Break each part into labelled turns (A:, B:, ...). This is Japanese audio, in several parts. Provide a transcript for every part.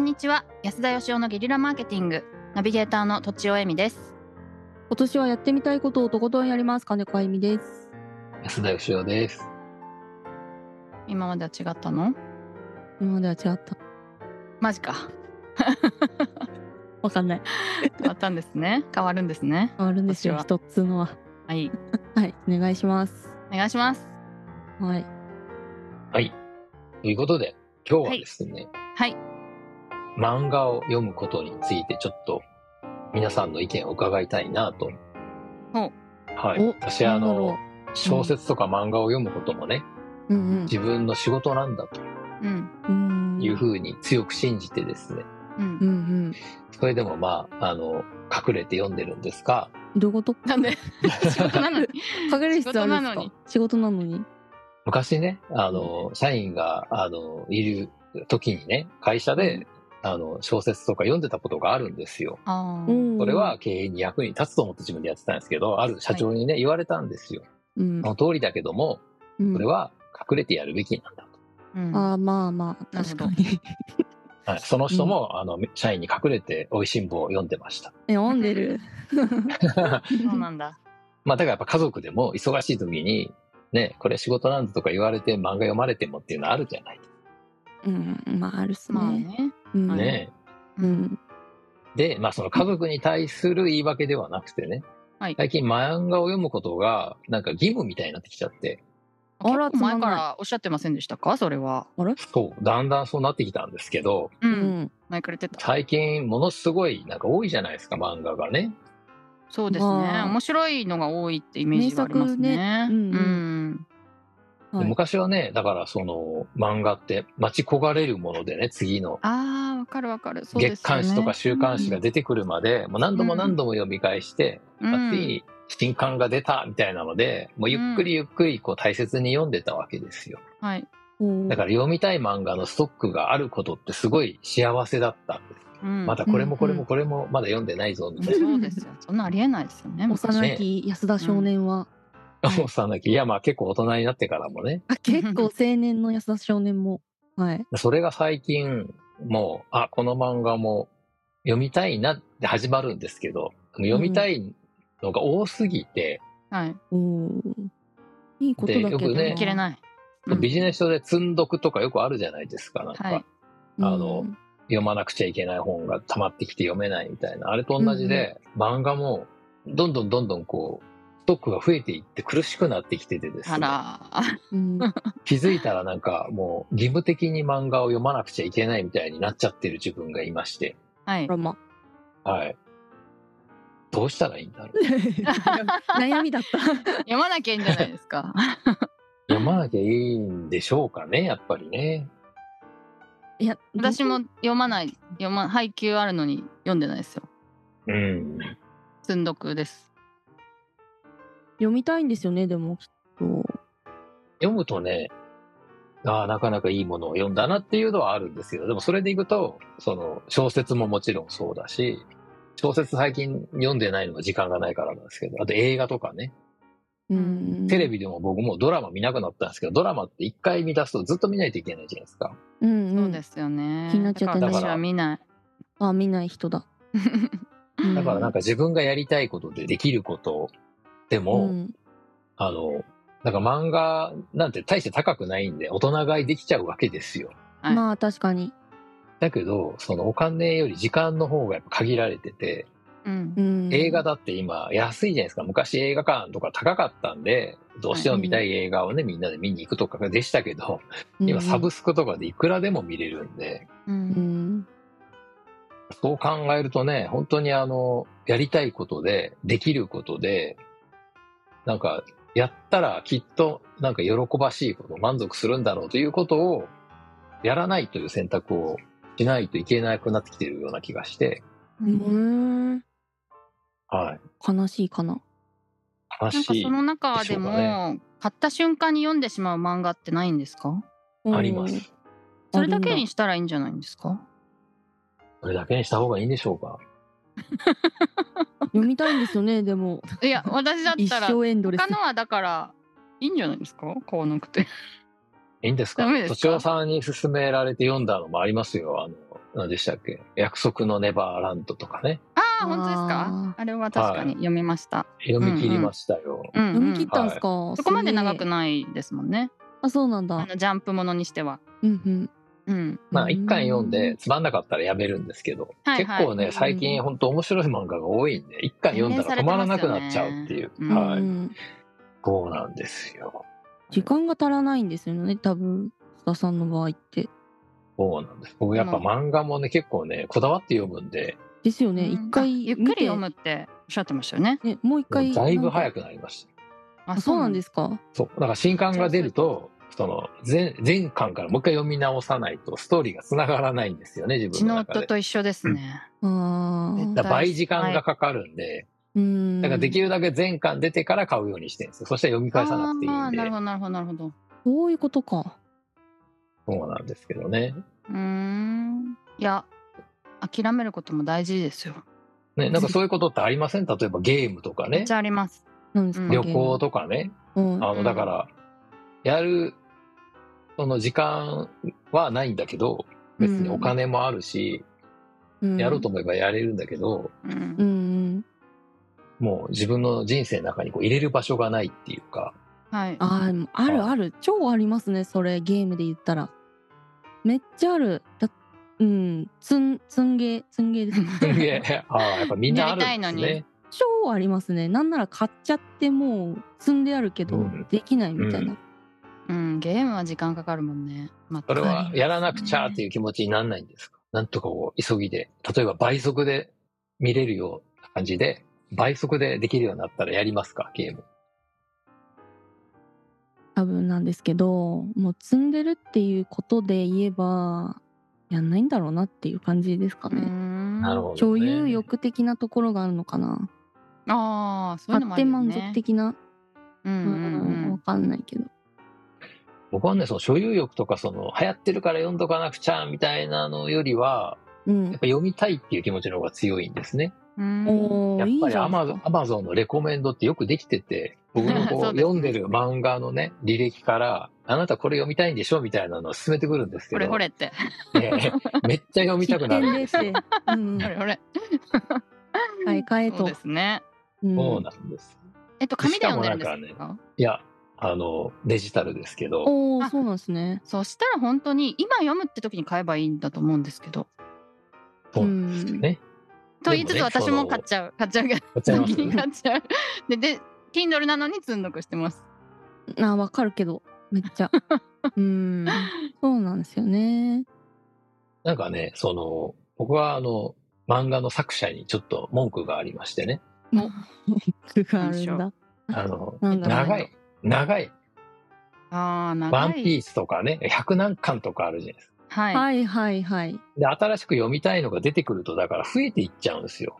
A: にちは安田義雄のゲリラマーケティングナビゲーターの土地尾恵美です
B: 今年はやってみたいことをとことんやります金子あゆみです
C: 安田義雄です。
A: 今までは違ったの
B: 今までは違った
A: マジか
B: わかんない
A: 変わったんですね 変わるんですね
B: 変わるんですよ
A: 今
B: 一つのは
A: はい
B: はいお願いします
A: お願いします
B: はい
C: はい。ということで、今日はですね、
A: はい
C: 漫画を読むことについてちょっと皆さんの意見を伺いたいなと。
A: ほ
C: はい。
B: お
C: 私
B: な
C: あ
B: んだろ
C: の、小説とか漫画を読むこともね、
B: うん
C: 自分の仕事なんだと
A: うん
B: うん
C: いうふうに強く信じてですね、
A: う
B: うんんうん
C: それでもまあ、あの、隠れて読んでるんですが、
B: どういうこと
A: なんで仕事なの に
B: かける必要あるんですか仕事なのに
C: 昔ね、あの、社員が、あの、いる時にね、会社で、あの、小説とか読んでたことがあるんですよ。
A: あ
B: う
A: ー
B: ん
C: それは経営に役に立つと思って自分でやってたんですけど、ある社長にね、言われたんですよ。
B: うん
C: その通りだけども、
B: うん
C: それは隠れてやるべきなんだ
A: うん
B: あーまあまあ
A: なるほ
B: 確
A: ど
B: かに
C: と。はい、その人も、あの、社員に隠れて、美味しんぼを読んでました。
B: え読んでる
A: そうなんだ
C: まあ、だからやっぱ家族でも、忙しい時に、ね、これ仕事なんだとか言われて漫画読まれてもっていうのはあるじゃない。
B: うんまああるっすね,、
A: まあね
B: うん、
A: はい
C: ね。
B: うん
C: で、まあ、その家族に対する言い訳ではなくてね、
A: はい
C: 最近漫画を読むことが、なんか義務みたいになってきちゃって、
B: あら
A: 結構前
B: つ
A: か
B: まん
A: らおっしゃってませんでしたかそれは
C: そう、だんだんそうなってきたんですけど、
A: う
B: うんん
A: 前くれてた
C: 最近ものすごいなんか多いじゃないですか漫画がね
A: そうですね
B: まあ
A: 面白いのが多いってイメージがありますね
B: 名作ねうんうん
A: うん
C: で
B: はい
C: 昔はねだからその漫画って待ち焦がれるものでね次の
A: あーわかるわかるそうで
C: 月
A: すよね
C: 刊誌とか週刊誌が出てくるまで、もう何度も何度も読み返して、
A: うん
C: あつい新刊が出たみたいなのでもうゆっくりゆっくりこう大切に読んでたわけですよ
A: はい
B: おー
C: だから読みたい漫画のストックがあることってすごい幸せだったんです、
A: うん
C: まだこれもこれ
B: うんう
C: も
B: ん
C: これもまだ読んでないぞみたいな
A: そうですよ。そんなありえないですよね。
B: 幼き安田少年は、
C: 思さなきゃいやまあ結構大人になってからもね
B: あ結構青年の安田少年もはい
C: それが最近、もう、あ、この漫画も読みたいなって始まるんですけど、読みたいのが多すぎて、
A: はい。
B: おーいいことだけど
C: でよくね
A: 言い切れ
B: い、
A: ない。
C: ビジネス書で積んどくとかよくあるじゃないですか。なんか、
A: はい。
C: あの読まなくちゃいけない本が溜まってきて読めないみたいな。あれと同じで、漫画もどんどんどんどんこう、ストックが増えていって苦しくなってきててです
A: あ
C: ね。
A: ら、
B: うん、うん
C: 気づいたらなんかもう義務的に漫画を読まなくちゃいけないみたいになっちゃってる自分がいまして。
A: はい
B: ド。ラ マ
C: はい。どうしたらいいんだろう。
B: 悩みだった
A: 読まなきゃいいんじゃないです か。
C: 読まなきゃいいんでしょうかね、やっぱりね。
B: いや
A: 私も読まない、読ま、配給あるのに読んでないですよ。
C: うん。
A: 積んどくです。
B: 読みたいんですよねでもきっと
C: 読むとね、ああ、なかなかいいものを読んだなっていうのはあるんですけど、でもそれでいくと、その、小説ももちろんそうだし、小説最近読んでないのは時間がないからなんですけど、あと映画とかね、
B: うん
C: テレビでも僕もドラマ見なくなったんですけど、ドラマって一回見出すとずっと見ないといけないじゃないですか。
B: うん、うん、
A: そうですよね。
B: 気になっちゃってね
A: だから私は見ない。
B: あ見ない人だ、うん
C: だからなんか自分がやりたいことでできることで
B: う
C: も、
B: ん
C: あの、なんか漫画なんて大して高くないんで、大人買いできちゃうわけですよ。
A: はい
B: まあ確かに
C: だけど、そのお金より時間の方がやっぱ限られてて、
A: うん
B: う。ん
C: 映画だって今安いじゃないですか。昔映画館とか高かったんで、どうしても見たい映画をね、みんなで見に行くとかでしたけど、今サブスクとかでいくらでも見れるんで、
A: う。
B: うんん
C: そう考えるとね、本当にあの、やりたいことで、できることで、なんか、やったらきっとなんか喜ばしいこと、満足するんだろうということを、やらないという選択をしないといけなくなってきてるような気がして、
A: う
B: うんん、うん
C: はい。
B: 悲しいかな
C: 悲
A: なんか
C: しい
A: そ。の中で
C: でしょうか
A: も、買った瞬間に読んでしまう漫画ってないんですか
C: あります。
A: それだけにしたらいいんじゃないんですか
C: それだけにした方がいいんでしょうか。
B: 読みたいんですよねでも
A: いや、私だっ
B: 一
A: たら、
B: 生エンドレス
A: 他のはだから、いいんじゃないですか買わなくて。
C: いいんですか
A: ダメですか
C: 土地尾さんに勧められて読んだのもありますよ。あの、何でしたっけ約束のネバーランドとかね。
A: ああ、本当ですか。あれは確かに読みました。
C: 読み切りましたよ。
A: うん、
B: 読み切っ
A: うん
B: たんですか、
A: そこまで長く
B: い
A: ないですもんね。
B: あそうなん
A: あ
B: だ
A: のジャンプものにしては。
B: うんうん
A: うん。
C: まあ、一巻読んでつまんなかったらやめるんですけど、
A: はいはい
C: 結構ね、最近本当面白い漫画が多いんで、一巻読んだら止まらなくなっちゃうっていう。
A: うん
C: は
B: う
C: い。
B: ん
C: そうなんですよ。
B: 時間が足らないんですよね多分須田さんの場合って
C: そうなんです。僕やっぱ漫画もね、結構ね、こだわって読むんで、
B: ですよね一、
A: うんあ
B: 回
A: ゆっくり読むっておっしゃってましたよね。
B: 見て、ね、もう一
C: もう
B: 回
C: だいぶ早
B: く
C: くなりました。
A: あ
B: あそうなん
A: す
B: ですか
C: そう。だから新刊が出ると、その前、前巻からもう一回読み直さないと、ストーリーが繋がらないんですよね、自
A: うち
C: 分の
A: の
C: 中
A: 夫
C: で。
A: と一緒ですね。
B: あ
A: 絶対
B: ー
C: だから倍時間がかかるんで、
B: うん
C: だからできるだけ前巻出てから買うようにしてるんですよ。そしたら読み返さなくていい
A: ああ
C: ん
A: ー、
C: で
A: なる。ほど、なるほど、なるほど。
B: そういうことか
C: そうなんですけどね。
A: うーん。いや、諦めることも大事ですよ。
C: ね、なんかそういうことってありません例えばゲームとか
A: めっ
C: ね
A: ち、ゃあります。
B: なんですか、
A: うん
C: 旅行とかね。
B: うん
C: あ
A: う
C: の、
A: ん
C: だから、やる、その時間はないんだけど、別にお金もあるし、
B: うん
C: やろうと思えばやれるんだけど、
A: う。
B: うんんうん
C: もう自分の人生の中にこう入れる場所がないっていう か、
A: はい。
B: あーでもあるある超ありますねそれゲームで言ったらめっちゃあるだうんつんつんげーつんげーです
C: でああ、やっぱみんなあるんですね。
A: やりたいのに
B: 超ありますねなんなら買っちゃってもう積んであるけど、
C: うん
B: できないみたいな、
A: うん、ゲームは時間かかるもんね。まあ
C: それ
B: わかりま
C: は
B: すね
C: やらなくちゃっていう気持ちになんないんですかなんとかこう急ぎで、例えば倍速で見れるような感じで、倍速でできるようになったらやりますかゲーム。
B: 多分なんですけどもう積んでるっていうことで言えばやんないんだろうなっていう感じですか
A: うー
B: ね、
A: ん。
C: なるほど、ね。
B: 所有。欲的なところがあるのかな
A: ああ、そういう
B: 買
A: のも
B: っ
A: ある
B: て
A: よ、ね。
B: 満足的な、
A: うん
B: う
A: うんん
B: わかんないけど
C: 僕はね、その所有欲とか、その流行ってるから読んどかなくちゃみたいなのよりは、
B: うん
C: やっぱ読みたいっていう気持ちの方が強いんですね。
A: うん。うん
B: お
C: や
B: ー
C: っ
B: い
C: ぱ
B: い
C: り
B: じゃ
C: ア
B: ん
C: マゾンアマゾンのレコメンドってよくできてて、僕
A: そ
C: のこう
A: うですね
C: 読んでる漫画のね、履歴から、あなたこれ読みたいんでしょみたいなのを進めてくるんですけ
A: こ
C: ど、
A: れこれって。
C: ねめっちゃ読みたくなるんですよ。
B: 必見でって、うん、
A: これこれ。
B: 買い替え
A: そ
B: と
A: うですね。
B: うん
C: そうなんです。
A: えっと、紙で
C: しかも
A: 読んで
C: な
A: る
C: ん
A: んです
C: か
A: か
C: ねいや、あの、デジタルですけど、
B: お
A: あ
B: おそうなんですね
A: そしたら本当に今読むって時に買えばいいんだと思うんですけど。
C: そうなんですよね。
A: と言いつつ
C: でもね
A: 私
C: その
A: も買っちゃう。買っちゃうけど。
C: 買っちゃいます
A: 先に買っちゃう。で、で、Kindle なのに積んどくしてます。
B: あわかるけどめっち ゃうんそうなんですよね
C: なんかね、その、僕はあの、漫画の作者にちょっと文句がありましてね、
A: お
B: 句があるんだ
C: あの、
B: なんだろう
C: 長い、長い、
A: ああ、長い。
C: ワンピースとかね、100何巻とかあるじゃないですか。
A: はい。
B: はいはいはい
C: で、新しく読みたいのが出てくると、だから増えていっちゃうんですよ。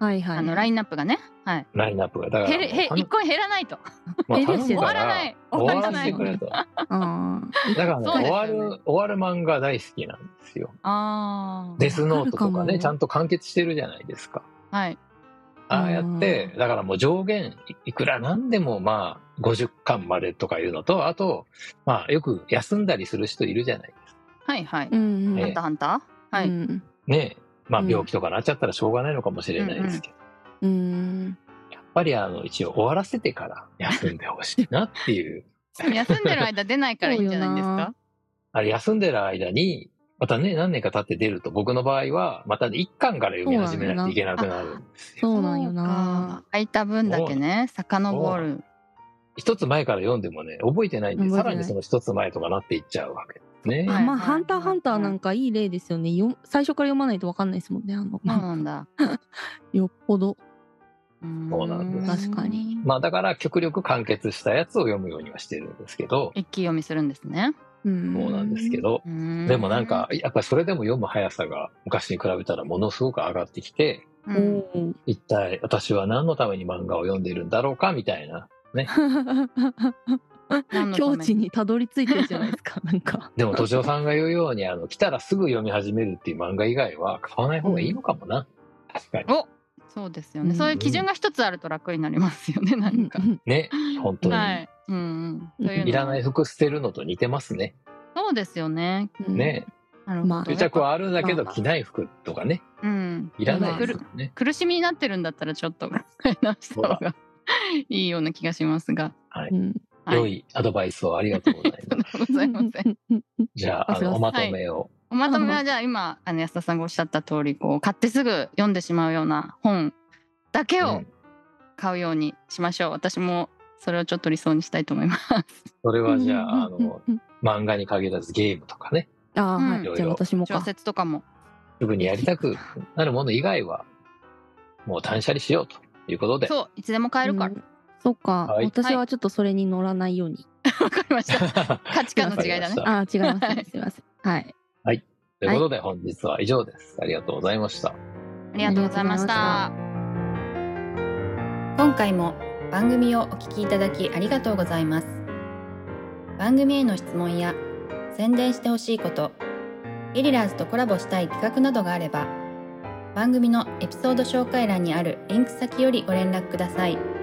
B: はいはい
A: あの、ラインナップがね。はい。
C: ラインナップが。だから
A: 減る、へ、
C: もう
A: 一個減らないと。
C: まあ
B: 減る
C: 頼む
B: し
A: 終
C: から
A: わらない
C: 終わ
A: 終わら
C: ら
A: な
C: せ
A: い
C: てくれと。だ
B: あ
C: からね、
A: そうです
C: 終
A: よ
C: わ
A: ね
C: る、終わる漫画大好きなんですよ。
A: ああ。
C: デスノートとか
B: わかるか
C: ね、
B: も
C: ちゃんと完結してるじゃないですか。
A: はい。
C: ああやって
B: う、
C: だからもう上限いいくらなんでもまあ50巻までとかいうのと、あと、まあよく休んだりする人いるじゃないですか。
A: はいはい
B: ーう。んうん
A: ハ
C: え
A: ンターハンターは
B: う
A: い。
B: ん
C: ねえまあ
B: うん
C: 病気とかなっちゃったらしょうがないのかもしれないですけど、
B: うん
C: やっぱりあの一応終わらせてから休んでほしいなっていう。
A: 休んでる間出ないからいいんじゃないんです
B: そうよ
A: か
B: な
C: あれ休んでる間に、またね、何年か経って出ると、僕の場合は、また1巻から読み始めないといけなくなるんですよ。
B: そうなんよな
A: 空いた分だけね遡る
C: 一つ前から読んでもね、覚えてないんで、
B: 覚え
C: さ
B: てな
C: ら
B: い
C: にその一つ前とかなっていっちゃうわけですね。
A: はい
B: まあ「ハンターハンター」なんかいい例ですよねよ最初から読まないとわかんないですもんねあの
A: そうなんだ
B: よっぽど
A: そ
C: そうなんです
B: 確かに
C: まあだから極力完結したやつを読むようにはしてるんですけど、
A: 一気読みするんですね
B: そう
C: そうなんですけど、で
A: で
C: もなんか、やっぱりそれでも読む速さが昔に比べたらものすごく上がってきて、
A: う
B: お
A: ん
B: お
C: 一体私は何のために漫画を読んでるんだろうかみたいな。
A: 何のために
B: 境地にたどり着いてるじゃないで すかなんか
C: でも、としおさんが言うように、あの、来たらすぐ読み始めるっていう漫画以外は買わない方がいいのかもな。確かに。
A: おそうですよ
B: う
A: ね
B: ん
A: そういう基準が一つあると楽になりますよねなんか
C: ね、本当に。
A: はいうんうんとうのも
C: いらない服捨てるのと似てますね。
A: そうですよね
B: うん
C: ね。
A: なるほど
B: まあ
C: 執着はあるんだけど
B: まあ
C: 着ない服とかね
A: うん、
C: いらな
B: ま
C: い
B: あ
C: ですよね。
A: 苦しみになってるんだったらちょっと考え直した方
C: そう
A: が いいような気がしますが。
B: うん、
A: はい
C: 良いアドバイスをありがとうござい
A: とん
C: ます。
A: でもございません。
C: じゃあ、あ
B: あすいません
C: のおまとめを。
A: おまとめはじゃあ今あの安田さんがおっしゃった通りこう買ってすぐ読んでしまうような本だけ
C: う
A: を
C: ん
A: 買うようにしましょう。私もそれをちょっと理想にしたいと思います。
C: それはじゃあ、あ
B: うんうん
C: の、
B: うんうん
C: 漫画に限らずゲームとかね、
B: あー
A: うん
B: はいじゃあ私も
A: 小
B: か
A: 説とかも。
C: すぐにやりたくなるもの以外は、もう断捨離しようということ で。
A: そういつでも買えるから。
B: うんそっか、
C: はい
B: 私はちょっとそれに乗らないように、
A: わかりま した。価値観の違いだね。
C: は
B: あー違います、
A: はい
B: ね、すいませんはい
C: ということで、本日は以上です。ありがとうございました。
A: ありがとうございまし
B: あ
A: た。
D: 今回も番組をお聞きいただきありがとうございます番組への質問や宣伝してほしいことゲリラーズとコラボしたい企画などがあれば番組のエピソード紹介欄にあるリンク先よりご連絡ください